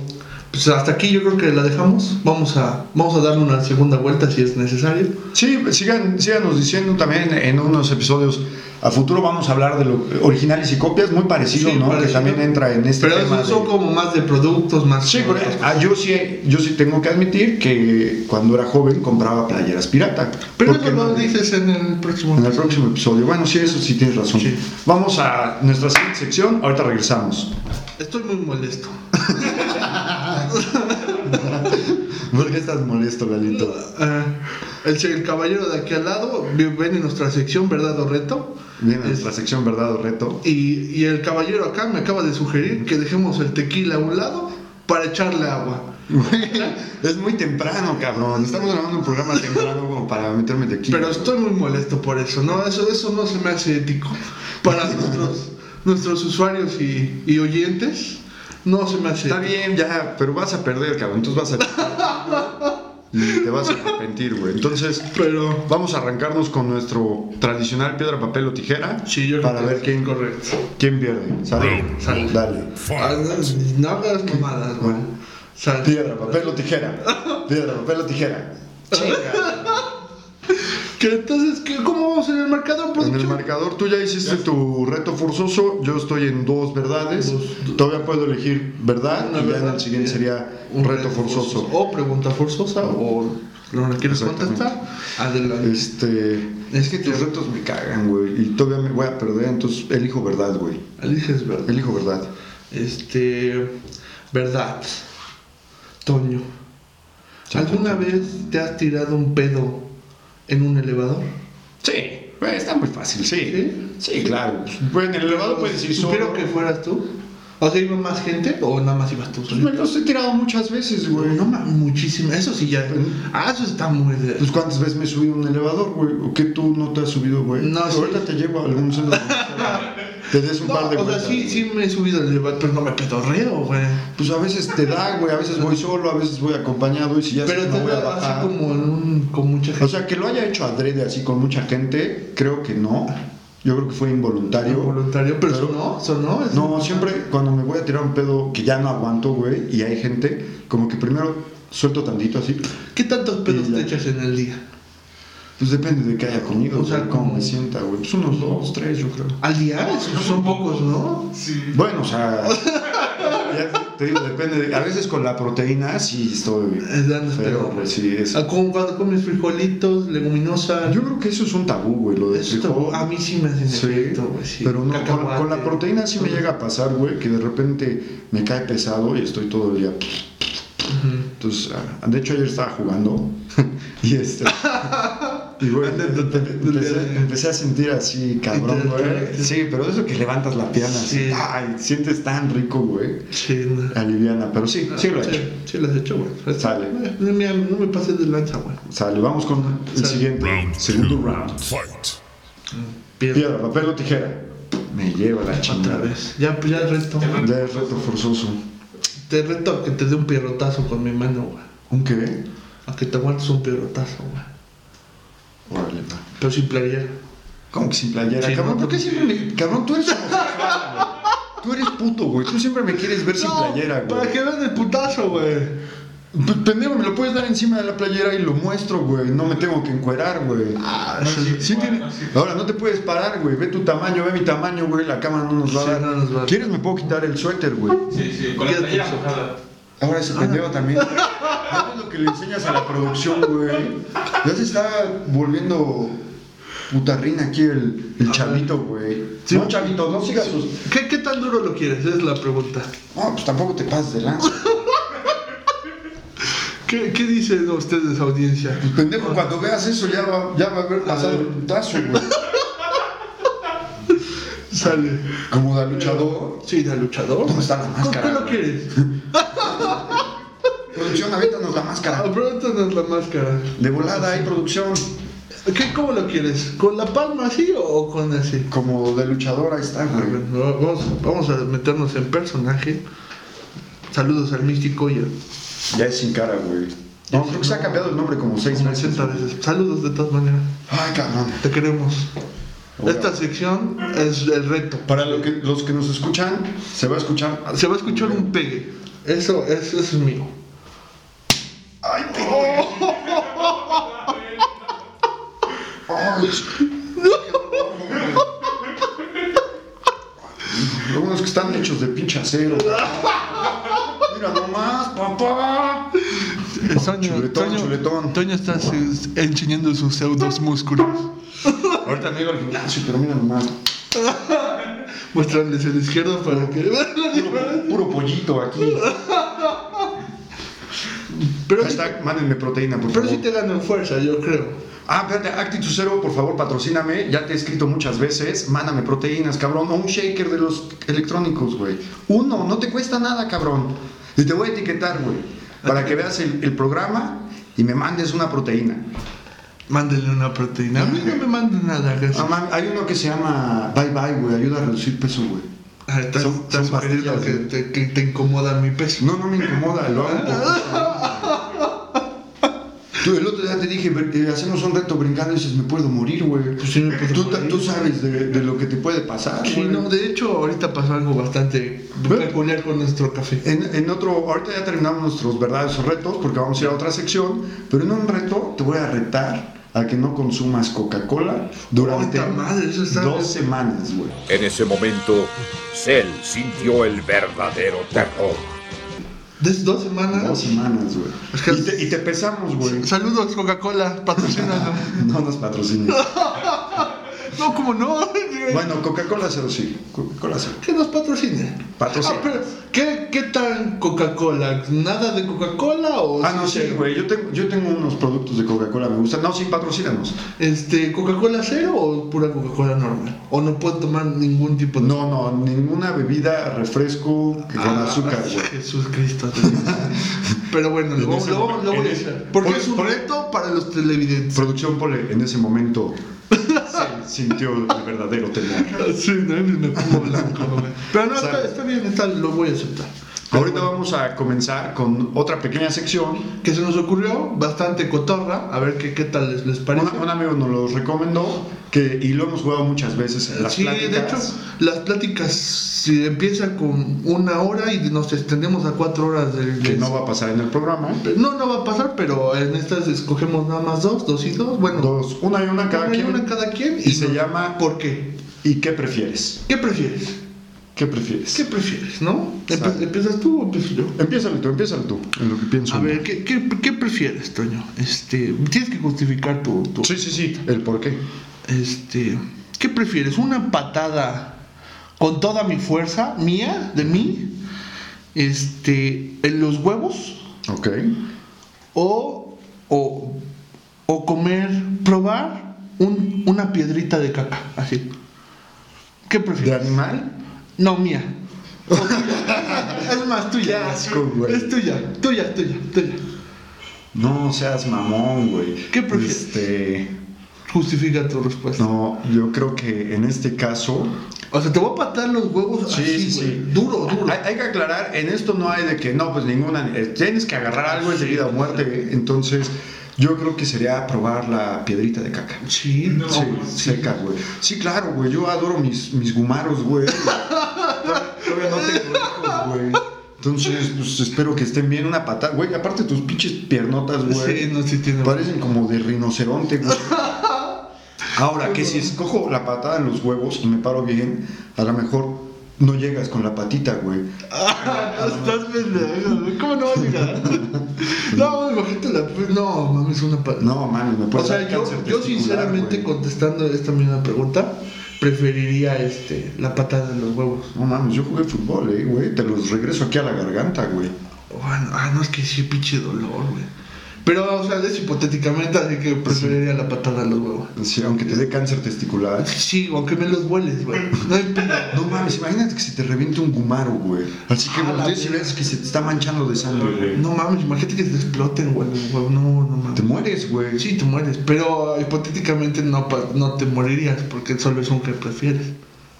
S2: Pues hasta aquí yo creo que la dejamos. Vamos a, vamos a darle una segunda vuelta si es necesario.
S1: sí, sigan, síganos diciendo también en unos episodios. A futuro vamos a hablar de lo, originales y copias, muy parecido,
S2: Sí,
S1: ¿no? Que
S2: parecido.
S1: también entra en este
S2: Pero
S1: tema.
S2: esos son
S1: de-
S2: como más de productos, más.
S1: Sí,
S2: como
S1: pero,
S2: otras cosas.
S1: ah, yo sí, yo sí tengo que admitir que cuando era joven compraba playeras pirata.
S2: Pero
S1: ¿Por
S2: eso
S1: qué
S2: lo
S1: no?
S2: dices en el próximo.
S1: En el próximo episodio. Bueno, sí, eso sí tienes razón.
S2: Sí.
S1: Vamos a nuestra siguiente sección. Ahorita regresamos.
S2: Estoy muy molesto. [LAUGHS]
S1: ¿Por qué estás molesto, Lalito?
S2: Ah, el, el caballero de aquí al lado ven en nuestra sección, ¿verdad o reto?
S1: Bien, nuestra sección verdad o reto.
S2: Y, y el caballero acá me acaba de sugerir que dejemos el tequila a un lado para echarle agua.
S1: Es muy temprano, cabrón. Estamos grabando un programa temprano como para meterme de aquí.
S2: Pero estoy muy molesto por eso, ¿no? Eso, eso no se me hace ético. Para nuestros, nuestros usuarios y, y oyentes, no se me hace
S1: Está
S2: ético.
S1: bien, ya, pero vas a perder, cabrón. Entonces vas a.
S2: [LAUGHS]
S1: Y te vas a arrepentir, güey. Entonces,
S2: Pero
S1: vamos a arrancarnos con nuestro tradicional piedra, papel o tijera.
S2: sí, yo creo
S1: Para
S2: que
S1: ver
S2: es
S1: quién,
S2: correcto.
S1: quién pierde. ¿Sale?
S2: sale.
S1: Dale.
S2: Ah, no, no hagas mamadas, güey. Sal-
S1: Piedra, papel o tijera.
S2: [LAUGHS]
S1: Piedra, papel o tijera.
S2: Que entonces, ¿qué- ¿cómo vamos en el mercado?
S1: En el marcador tú ya hiciste tu reto forzoso, yo estoy en dos verdades,
S2: Dos,
S1: todavía puedo elegir verdad
S2: Una
S1: y ya en
S2: Ah, verdad,
S1: el siguiente
S2: sí.
S1: sería un reto forzoso.
S2: O pregunta forzosa, o lo que quieres
S1: Exactamente.
S2: contestar. Adelante.
S1: Este,
S2: Es que te
S1: tus retos me cagan, güey, y todavía me voy a perder, entonces elijo verdad, güey.
S2: eliges, ¿verdad?
S1: Elijo verdad.
S2: Este. Verdad. Toño.
S1: Chan,
S2: ¿Alguna
S1: chan,
S2: vez te has tirado un pedo en un elevador?
S1: Sí, güey, está muy fácil,
S2: ¿Sí?
S1: Sí, claro. Bueno, en el elevado puedes ir solo.
S2: Espero que fueras tú. O sea, iba más gente o nada más ibas tú
S1: Pues me
S2: solo.
S1: los he tirado muchas veces, güey.
S2: No mames, muchísimo. Eso sí ya. Ah, eso está muy de.
S1: Pues cuántas veces me he subido a un elevador, güey. ¿O qué tú no te has subido, güey?
S2: No,
S1: Pero
S2: sí.
S1: Ahorita te llevo a algún centro [LAUGHS] comercial. Te des un
S2: No,
S1: par de
S2: o sea,
S1: vueltas.
S2: sí,
S1: güey.
S2: sí me he subido al elevador, pero no me pedorreo, güey.
S1: Pues a veces te da, güey. A veces voy solo, a veces voy acompañado. Y si ya sé
S2: Pero
S1: que
S2: te
S1: me voy a
S2: veo así
S1: bajar.
S2: como en un, con mucha gente.
S1: O sea, que lo haya hecho adrede así con mucha gente, creo que no. Yo creo que fue involuntario.
S2: voluntario, pero,
S1: Pero-
S2: sonó, sonó. es-
S1: No, siempre cuando me voy a tirar un pedo que ya no aguanto, güey, y hay gente, como que primero suelto tantito así.
S2: ¿Qué tantos pedos
S1: Y ya.
S2: te echas en el día?
S1: Pues depende de qué haya comido,
S2: O
S1: o
S2: sea,
S1: sea, cómo
S2: como-
S1: me sienta, güey. Pues unos dos, tres, yo creo.
S2: Al día, esos son pocos, ¿no?
S4: Sí.
S1: Bueno, o sea, [LAUGHS] ya te digo, depende. de- a veces con la proteína sí estoy.
S2: Es dando
S1: Pero
S2: pedo.
S1: pues sí es.
S2: Ah, como cuando comes frijolitos, leguminosas.
S1: Yo creo que eso es un tabú, güey, lo de
S2: Eso
S1: frijol.
S2: te- a mí sí me hacen
S1: Sí,
S2: efecto, güey. sí.
S1: Pero no, con,
S2: Cacahuate.
S1: con la proteína sí me llega a pasar, güey, que de repente me cae pesado y estoy todo el día.
S2: Ujú.
S1: Entonces, ah, de hecho ayer estaba jugando [LAUGHS] y este. Y güey, empecé, empecé a sentir así, cabrón,
S2: te-
S1: güey.
S2: te-
S1: Sí, pero eso que levantas la pierna, así,
S2: Sí.
S1: ay, sientes tan rico, güey.
S2: Sí, no.
S1: Aliviana, pero sí, Ah, sí lo he
S2: Ah, sí,
S1: hecho.
S2: Sí, lo has hecho, güey. Pues,
S1: Sale.
S2: No, mira, no me pases de lanza, güey.
S1: Sale, vamos con el
S2: Sale.
S1: siguiente. Segundo round.
S4: Fight.
S2: Pierdo
S1: Piedra, papel o tijera. Me lleva la
S2: Otra
S1: chingada.
S2: vez. Ya, ya reto.
S1: Ya es reto forzoso.
S2: Te reto a que te dé un pierrotazo con mi mano, güey.
S1: ¿Un qué?
S2: A que te aguantes un pierrotazo, güey.
S1: Órale, va.
S2: Pero sin playera.
S1: ¿Cómo que sin playera?
S2: Sí,
S1: cabrón,
S2: no,
S1: ¿por qué
S2: no.
S1: siempre me. Cabrón, tú eres. homosexual, güey. Tú eres puto, güey. Tú siempre me quieres ver sin playera, güey.
S2: Para que vean el putazo, güey.
S1: Pues, Pendejo, me lo puedes dar encima de la playera y lo muestro, güey. No me tengo que encuerar, güey.
S2: Ah,
S1: Sí,
S2: sí.
S1: sí tiene- Ahora no te puedes parar, güey. Ve tu tamaño, ve mi tamaño, güey. La cama no nos va
S2: Sí,
S1: a dar.
S2: no nos va a dar.
S1: ¿Quieres? Me puedo quitar el suéter, güey.
S4: Sí, sí, con la
S2: Fíjate
S4: playera
S2: eso.
S4: mojada.
S1: Ahora
S2: Ah,
S1: ese pendejo también. ¿No es lo que le enseñas a la producción, güey? Ya se está volviendo putarrín aquí el, el chavito, güey.
S2: Sí.
S1: No, chavito, no sigas sus.
S2: ¿Qué, ¿Qué tan duro lo quieres? Es la pregunta.
S1: No, pues tampoco te pases de lanza.
S2: ¿Qué, qué dicen ustedes, audiencia?
S1: Pues, Pendejo, cuando veas eso ya va, ya va a haber pasado el putazo, güey.
S2: Sale.
S1: Como da luchador.
S2: Sí, de luchador.
S1: ¿Dónde está la
S2: ¿Con qué
S1: máscara,
S2: lo
S1: güey?
S2: quieres?
S1: Producción, avéntanos la máscara.
S2: Ah, Abróntanos la máscara.
S1: De volada ahí, producción.
S2: ¿Qué, ¿Cómo lo quieres? ¿Con la palma así o con así?
S1: Como de luchador, ahí está,
S2: A
S1: güey.
S2: ver, no, vamos, vamos a meternos en personaje. Saludos al místico y a-
S1: Ya es sin cara, güey. No, creo que se ha cambiado el nombre como seis
S2: como
S1: veces.
S2: 80 veces. Saludos de todas maneras.
S1: Ay, cabrón.
S2: Te queremos.
S1: Hola.
S2: Esta sección es el reto.
S1: Para lo que, los que nos escuchan, se va a escuchar.
S2: Se va a escuchar un pegue. Eso, eso es mío.
S1: ¡Ay, pendejo! Ay, Lo bueno es que están hechos de pinche acero. Mira nomás, papá.
S2: Eh, Toño,
S1: Chuletón,
S2: Toño-
S1: chuletón.
S2: Toño está eh, enseñando sus pseudos músculos.
S1: Ahorita me iba al gimnasio, pero mira nomás.
S2: Muéstrales el izquierdo para que [LAUGHS] vean la diferencia.
S1: Puro, puro pollito aquí.
S2: Pero, sí-
S1: Hashtag, mándenme proteína, por
S2: pero
S1: favor.
S2: sí te gano en fuerza, yo creo.
S1: Ah, espérate, Actitud Cero, por favor, patrocíname. Ya te he escrito muchas veces. Mándame proteínas, cabrón. O un shaker de los electrónicos, güey. Uno, no te cuesta nada, cabrón. Y te voy a etiquetar, güey. Para que veas el, el programa y me mandes una proteína.
S2: Mándenle una proteína. A mí no me manden nada,
S1: Ah,
S2: gracias.
S1: man, hay uno que se llama Bye Bye, güey. Ayuda a reducir peso, güey.
S2: Ah, estás,
S1: son-
S2: estás
S1: son
S2: sugiriendo
S1: pastillas, ¿eh?
S2: que
S1: ¿no?
S2: te, que te incomoda mi peso.
S1: No, no me incomoda, lo hago por- Tú el otro día te dije, "Br- eh, hacemos un reto brincando y dices, me puedo morir, güey.
S2: Pues sí me puedo
S1: tú,
S2: morir.
S1: tú sabes de, de lo que te puede pasar,
S2: Sí,
S1: güey.
S2: no, de hecho, ahorita pasó algo bastante
S1: ¿Ve?
S2: peculiar con nuestro café.
S1: En, en otro, ahorita ya terminamos nuestros verdaderos retos porque vamos a ir a otra sección, pero en un reto te voy a retar a que no consumas Coca-Cola durante
S2: ¡Puta madre! Eso está-
S1: dos semanas, güey.
S5: En ese momento, Cell sintió el verdadero terror.
S2: De dos semanas.
S1: Dos semanas, güey.
S2: Ah. Es que-
S1: Y, te, y te pesamos, güey.
S2: Saludos,
S1: [LAUGHS]
S2: Coca-Cola, patrocínanos.
S1: No nos
S2: [LAUGHS]
S1: patrocines.
S2: no, como no.
S1: Bueno, Coca-Cola cero sí. Coca-Cola cero.
S2: que nos patrocine.
S1: Patrocina.
S2: Ah, pero, ¿qué, qué tan Coca-Cola? ¿Nada de Coca-Cola o.?
S1: Ah, no,
S2: sí,
S1: sí,
S2: sí?
S1: güey. Yo tengo, yo tengo unos productos de Coca-Cola, me gustan. No, sí, patrocínanos.
S2: Este, ¿Coca-Cola cero o pura Coca-Cola normal? ¿O no puedo tomar ningún tipo de.?
S1: No, no, ninguna bebida, refresco que con
S2: Ah,
S1: azúcar, güey.
S2: [LAUGHS] Jesús Cristo. [LAUGHS] Pero bueno, lo,
S1: En
S2: vamos-
S1: ese
S2: lo vamos- lo voy a Eh,
S1: momento-
S2: hacer.
S1: Por-
S2: Porque es un
S1: por-
S2: reto para los televidentes.
S1: Producción Pole en ese momento
S2: [LAUGHS]
S1: se sintió el verdadero temor.
S2: Sí, no, me pongo blanco. güey. Pero no, está,
S1: Sale.
S2: está bien, está, lo voy a aceptar.
S1: Ahorita vamos a comenzar con otra pequeña sección.
S2: Que se nos ocurrió bastante cotorra. A ver qué, qué tal les, les
S1: Un,
S2: parece.
S1: un amigo nos lo recomendó que, y lo hemos jugado muchas veces en las
S2: sí,
S1: pláticas.
S2: de hecho, las pláticas si empiezan con una hora y nos extendemos a cuatro horas del
S1: que no va a pasar en el programa.
S2: no, no va a pasar, pero en estas escogemos nada más dos, dos y dos. Bueno,
S1: Dos, una y una cada
S2: una y
S1: quien.
S2: una cada quien.
S1: Y se
S2: nos-
S1: llama
S2: ¿Por qué?
S1: ¿Y qué prefieres?
S2: ¿Qué prefieres?
S1: ¿Qué prefieres?
S2: ¿Qué prefieres, no? Empe-
S1: Sale.
S2: ¿Empiezas tú o empiezo yo?
S1: Empiézale tú, empiézale tú, en lo que pienso.
S2: A ver, ¿qué, qué, qué prefieres, Toño? Este, tienes que justificar tu... tu-
S1: Sí, sí, sí, el por qué.
S2: Este, ¿Qué prefieres? ¿Una patada con toda mi fuerza, mía, de mí, este, en los huevos?
S1: Ok.
S2: ¿O, o, o comer, probar un- una piedrita de caca? Así. ¿Qué
S1: ¿De
S2: prefieres?
S1: animal?
S2: No,
S1: [LAUGHS]
S2: mía. O tuya. es más, tuya.
S1: Qué asco, güey.
S2: Es tuya, tuya, tuya, tuya.
S1: No seas mamón, güey.
S2: ¿Qué prefieres?
S1: Este.
S2: Justifica tu respuesta.
S1: No, yo creo que en este caso
S2: O sea, te voy a patar los huevos
S1: Sí,
S2: así,
S1: sí, sí.
S2: güey. Duro, duro.
S1: Hay, hay que aclarar, en esto no hay de que no, pues ninguna. eh, Tienes que agarrar algo es de vida o muerte. eh. Entonces, yo creo que sería probar la piedrita de caca.
S2: Sí, no.
S1: Sí, seca, güey. Sí, claro, güey. Yo adoro mis, mis gumaros,
S2: [LAUGHS]
S1: güey. Todavía no tengo hijos, güey. Entonces, pues espero que estén bien. Una patada, güey. Aparte, tus pinches piernotas, güey.
S2: Sí, no, sí tiene.
S1: Parecen como de rinoceronte, güey. Ahora, que si escojo la patada en los huevos y me paro bien, a lo mejor no llegas con la patita, güey. [LAUGHS]
S2: Ah, no estás pendejo, güey. ¿Cómo no vas a llegar? no, bajito la. No, mames, una pa-
S1: No, mames, me
S2: O
S1: puede
S2: sea,
S1: dar
S2: yo,
S1: cáncer
S2: yo
S1: testicular,
S2: sinceramente
S1: güey.
S2: contestando esta misma pregunta, preferiría este la patada en los huevos.
S1: No mames, yo jugué fútbol, eh, güey. Te los regreso aquí a la garganta, güey.
S2: Oh, ah, no, es que sí, pinche dolor, güey. Pero, o sea, es hipotéticamente, así que preferiría la patada en los huevos.
S1: Sí, aunque te dé cáncer testicular.
S2: Sí, aunque me los vueles, güey. No hay pedo.
S1: No mames, imagínate que se te reviente un gumaro, güey. Así que
S2: A la
S1: voltees y
S2: verga.
S1: ves que se te está manchando de sangre, güey.
S2: No mames, imagínate que te exploten, güey, los huevos. No, no mames.
S1: Te mueres, güey.
S2: Sí, te mueres, pero ah, hipotéticamente no, pa- no te morirías porque solo es un que prefieres,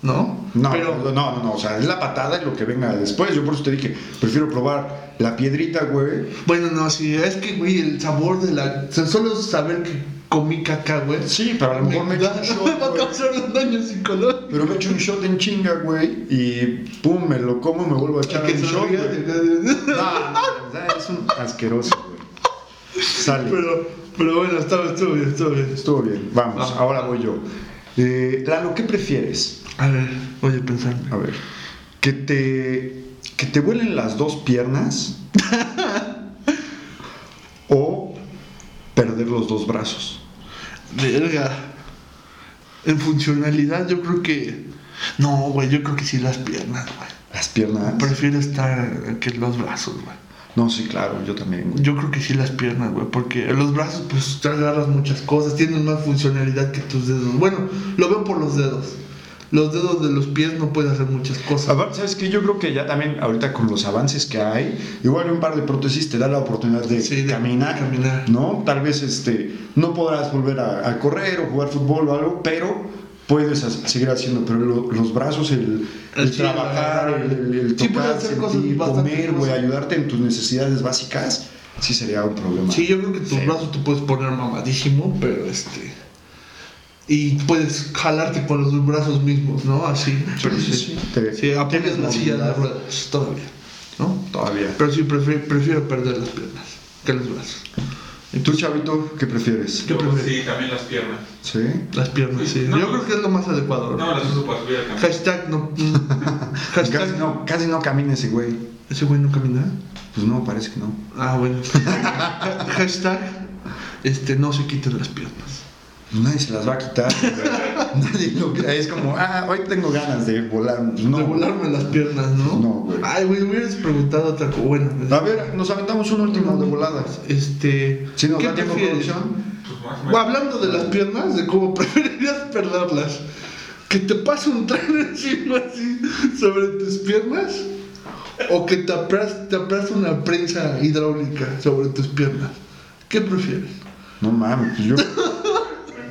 S2: ¿no?
S1: No,
S2: pero
S1: no, no, no, o sea, es la patada y lo que venga después. Yo por eso te dije, prefiero probar la piedrita, güey.
S2: bueno, no, sí, es que güey, el sabor de la o sea, solo saber que comí caca, güey.
S1: Sí, pero a lo
S2: [LAUGHS]
S1: mejor me echo
S2: da-
S1: un
S2: me va
S1: shot,
S2: a
S1: güey.
S2: causar un daño psicológico.
S1: Pero me echo un shot en chinga, güey, y pum, me lo como y me vuelvo a echar
S2: Que
S1: un
S2: se
S1: shot,
S2: ría
S1: güey.
S2: de-
S1: No, no, no, es un asqueroso, güey. Sale.
S2: pero, pero bueno, está estuvo bien, estuvo bien.
S1: Estuvo bien, vamos,
S2: Ah.
S1: ahora voy yo. Eh, Lalo, ¿qué prefieres?
S2: A ver, voy a pensar.
S1: A ver, que te, que te vuelen las dos piernas [LAUGHS] o perder los dos brazos.
S2: Verga. En funcionalidad yo creo que no, güey, yo creo que sí las piernas, güey.
S1: Las piernas.
S2: Prefiero estar que los brazos, güey.
S1: No, sí, claro, yo también. güey.
S2: Yo creo que sí las piernas, güey, porque los brazos pues te agarras muchas cosas, tienen más funcionalidad que tus dedos. Bueno, lo veo por los dedos. Los dedos de los pies no pueden hacer muchas cosas.
S1: Aparte, ¿sabes qué? Yo creo que ya también ahorita con los avances que hay, igual un par de prótesis te da la oportunidad de,
S2: Sí, de
S1: caminar,
S2: caminar.
S1: ¿no? Tal vez este, no podrás volver a, a correr o jugar fútbol o algo, pero puedes as- seguir haciendo, pero lo- los brazos, el,
S2: El
S1: el
S2: sí,
S1: trabajar,
S2: el-
S1: el, el
S2: sí, puedes
S1: tocar,
S2: hacer cosas
S1: sentir,
S2: bastante
S1: comer, güey,
S2: cosas.
S1: ayudarte en tus necesidades básicas, sí sería un problema.
S2: Sí, yo creo que tus
S1: Sí.
S2: brazos te puedes poner mamadísimo, pero este y puedes jalarte con los brazos mismos, ¿no? Así. pero
S1: sí,
S2: sí,
S1: sí. Te-
S2: Sí, apenas
S1: tienes
S2: la silla de
S1: movilidad.
S2: ruedas pues, todavía, ¿no?
S1: Todavía.
S2: Pero sí, prefiero, prefiero perder las piernas que los brazos.
S1: ¿Y tú, chavito, qué prefieres?
S2: ¿Qué prefieres?
S4: Sí, también las piernas.
S1: ¿Sí?
S2: Las piernas, sí.
S4: No.
S2: Yo creo que es lo más adecuado.
S4: No, las uso para subir al camión.
S2: Hashtag no.
S1: Casi
S2: Hashtag
S1: no, casi no camina ese güey.
S2: ¿Ese güey no camina?
S1: Pues no, parece que no.
S2: Ah, bueno. [LAUGHS] Ha- Hashtag este, no se quiten las piernas.
S1: Nadie se las va a quitar. güey. [LAUGHS] Nadie lo quita. Es como, ah, hoy tengo ganas de volar. Pues no.
S2: De volarme las piernas, ¿no?
S1: No, güey.
S2: Ay, güey, hubieras preguntado otra cosa. Bueno,
S1: A ver, nos aventamos un último de voladas.
S2: este.
S1: Si nos
S2: ¿qué
S1: da tiempo
S2: prefieres?
S1: producción.
S4: Pues más
S2: Bueno,
S4: o menos.
S2: hablando de las piernas, de cómo [LAUGHS] preferirías perderlas, que te pase un tren [LAUGHS] encima así sobre tus piernas o que te apras- te aplaste una prensa hidráulica sobre tus piernas. ¿Qué prefieres?
S1: No mames,
S2: [LAUGHS]
S1: pues yo.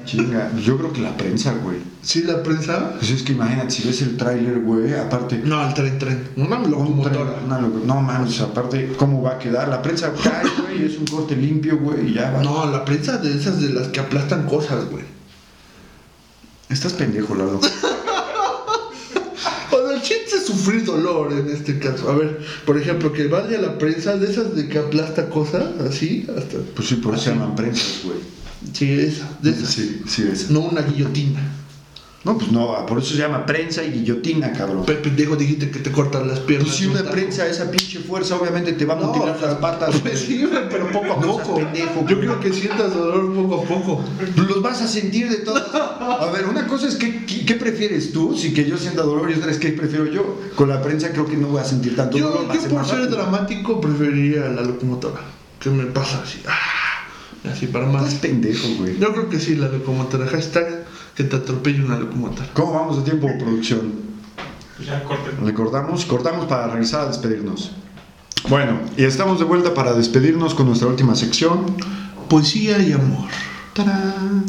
S1: Chinga, yo creo que la prensa, güey.
S2: ¿Sí la prensa?
S1: Pues es que imagínate, si ves el tráiler, güey, aparte.
S2: No, el tren, tren. Una
S1: un tren,
S2: locomotora.
S1: una loco- No mames, aparte, ¿cómo va a quedar? La prensa cae, güey, es un corte limpio, güey, y ya va.
S2: No, la prensa de esas de las que aplastan cosas, güey.
S1: Estás pendejo, Lalo.
S2: O sea, el chiste es sufrir dolor en este caso. A ver, por ejemplo, que vaya la prensa de esas de que aplasta cosas, así, hasta.
S1: Pues sí, por eso se llaman prensas, güey.
S2: Sí, esa, ¿Ah, de esas.
S1: Sí, sí, esa.
S2: No una guillotina.
S1: No, pues no, por eso se llama prensa y guillotina, cabrón.
S2: Pe- Pendejo, dijiste que te cortan las piernas.
S1: Pues si una prensa esa pinche fuerza obviamente te va a
S2: No,
S1: mutilar
S2: o sea,
S1: las patas. güey.
S2: Pues sí, güey, pero poco a
S1: No
S2: poco.
S1: seas pendejo,
S2: Yo
S1: güey.
S2: creo que sientas dolor poco a poco.
S1: Los vas a sentir de todas. A ver, una cosa es que qué, qué prefieres tú, si que yo sienta dolor y otra es que prefiero yo. Con la prensa creo que no voy a sentir tanto dolor.
S2: Yo,
S1: va a
S2: yo
S1: ser
S2: por
S1: más
S2: ser
S1: rápido.
S2: dramático preferiría la locomotora. Que me pasa así. ah, así para
S1: Estás
S2: más.
S1: pendejo, güey.
S2: Yo creo que sí, la locomotora. Hashtag que te atropelle una locomotora.
S1: ¿Cómo vamos de tiempo, producción?
S4: pues, Ya corten.
S1: Recordamos, cortamos para regresar a despedirnos. Bueno, y estamos de vuelta para despedirnos con nuestra última sección.
S2: Poesía y amor.
S1: ¡Tarán!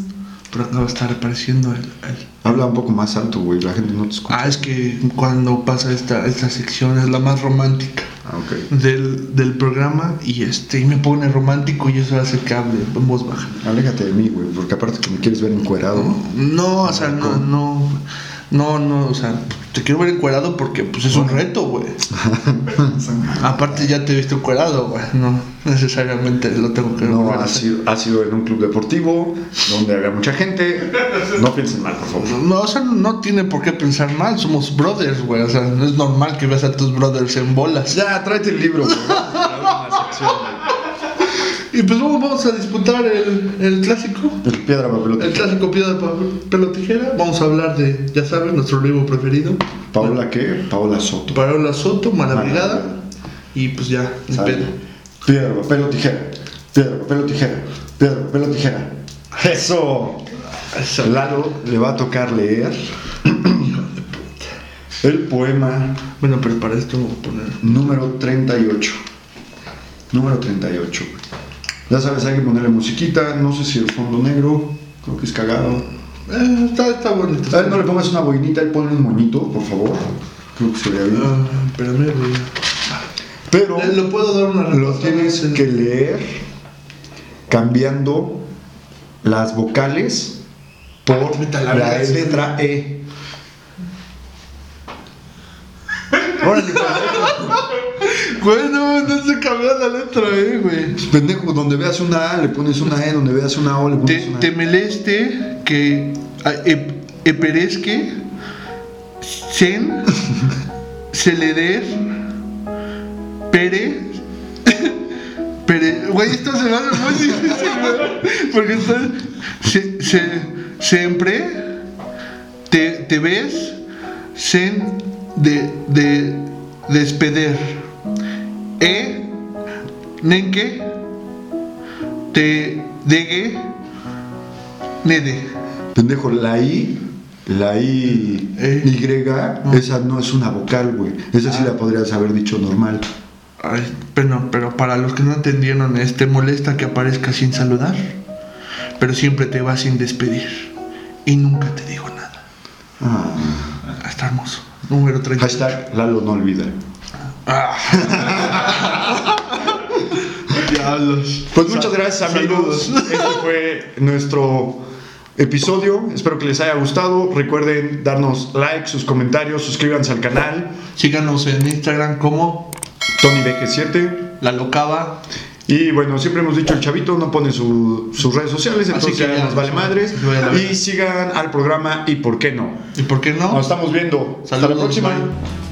S2: Pero acaba de estar apareciendo el- el-
S1: Habla un poco más alto, güey. La gente no te escucha.
S2: Ah, es que cuando pasa esta, esta sección es la más romántica
S1: Ah, ok.
S2: del, del programa y este y me pone romántico y eso hace que hable en voz baja.
S1: Aléjate de mí, güey. Porque aparte que me quieres ver encuerado.
S2: No, o sea, no, no, no, no, o sea, te quiero ver encuerado porque pues es un reto, güey. Aparte ya te he visto encuerado, güey, no necesariamente lo tengo que
S1: No,
S2: volver a
S1: ha
S2: hacer.
S1: sido, ha sido en un club deportivo donde había mucha gente. No piensen mal, por favor.
S2: No, o sea, no tiene por qué pensar mal, somos brothers, güey, o sea, no es normal que veas a tus brothers en bolas.
S1: Ya, tráete el libro, güey.
S2: Y pues vamos, vamos a disputar el, el clásico.
S1: El piedra, papel
S2: El
S1: o tijera.
S2: clásico piedra, papel, pelo, tijera. Vamos a hablar de, ya saben, nuestro libro preferido.
S1: ¿Paola qué? Paola Soto.
S2: Tu parola Soto, Malabrigada.
S1: Malabrigada.
S2: Y pues ya, ni
S1: Sale.
S2: pedo.
S1: Piedra, papel o tijera. Piedra, papel o tijera. Piedra, papel o tijera. Eso.
S2: Eso.
S1: Lalo le va a tocar leer el poema
S2: Bueno, pero para esto voy a poner.
S1: número 38. Número 38. Ya sabes, hay que ponerle musiquita. No sé si el fondo negro. Creo que es cagado.
S2: Eh, está, está bonito.
S1: A él Ah, no le pongas una boinita, él pone un moñito, por favor. Creo que se vea bien.
S2: Ah, espérame, güey.
S1: Pero
S2: Le- ¿Lo puedo dar una
S1: lo
S2: repasada?
S1: tienes que leer cambiando las vocales por
S2: Vete a la
S1: la,
S2: verga, sí.
S1: letra E. Órale,
S2: Güey, no, no se cambió la letra, eh, güey.
S1: pendejo, donde veas una A le pones una E, donde veas una O le
S2: Te,
S1: pones una E.
S2: temeleste que a- e- eperezque [LAUGHS] sen celeder pere pere güey esto se me hace muy difícil güey, porque esto es se, se- siempre te, te ves sen de, de despeder e nenque te degue Nede.
S1: E. Pendejo, la I, la I,
S2: Eh.
S1: Y, esa no es una vocal, güey. Esa sí la podrías haber dicho normal.
S2: Ay, pero, pero para los que no entendieron, es, te molesta que aparezca sin saludar, pero siempre te vas sin despedir. Y nunca te digo nada.
S1: Ah.
S2: Ah, Está hermoso. Número 30.
S1: Hashtag Lalo no olvida.
S2: Ah. Diablos.
S1: Pues muchas gracias amigos. [LAUGHS] Este fue nuestro episodio. Espero que les haya gustado. Recuerden darnos like, sus comentarios, suscríbanse al canal
S2: Síganos en Instagram como
S1: Tony BG7.
S2: La Locaba.
S1: Y bueno, siempre hemos dicho el chavito no pone su- sus redes sociales,
S2: Así
S1: entonces
S2: que
S1: ya
S2: ya,
S1: nos vale
S2: sí,
S1: madres.
S2: sí, vaya la verga.
S1: Y sigan al programa y por qué no.
S2: ¿Y por qué no?
S1: Nos estamos viendo. Hasta la
S2: Saludos,
S1: próxima.
S2: bye.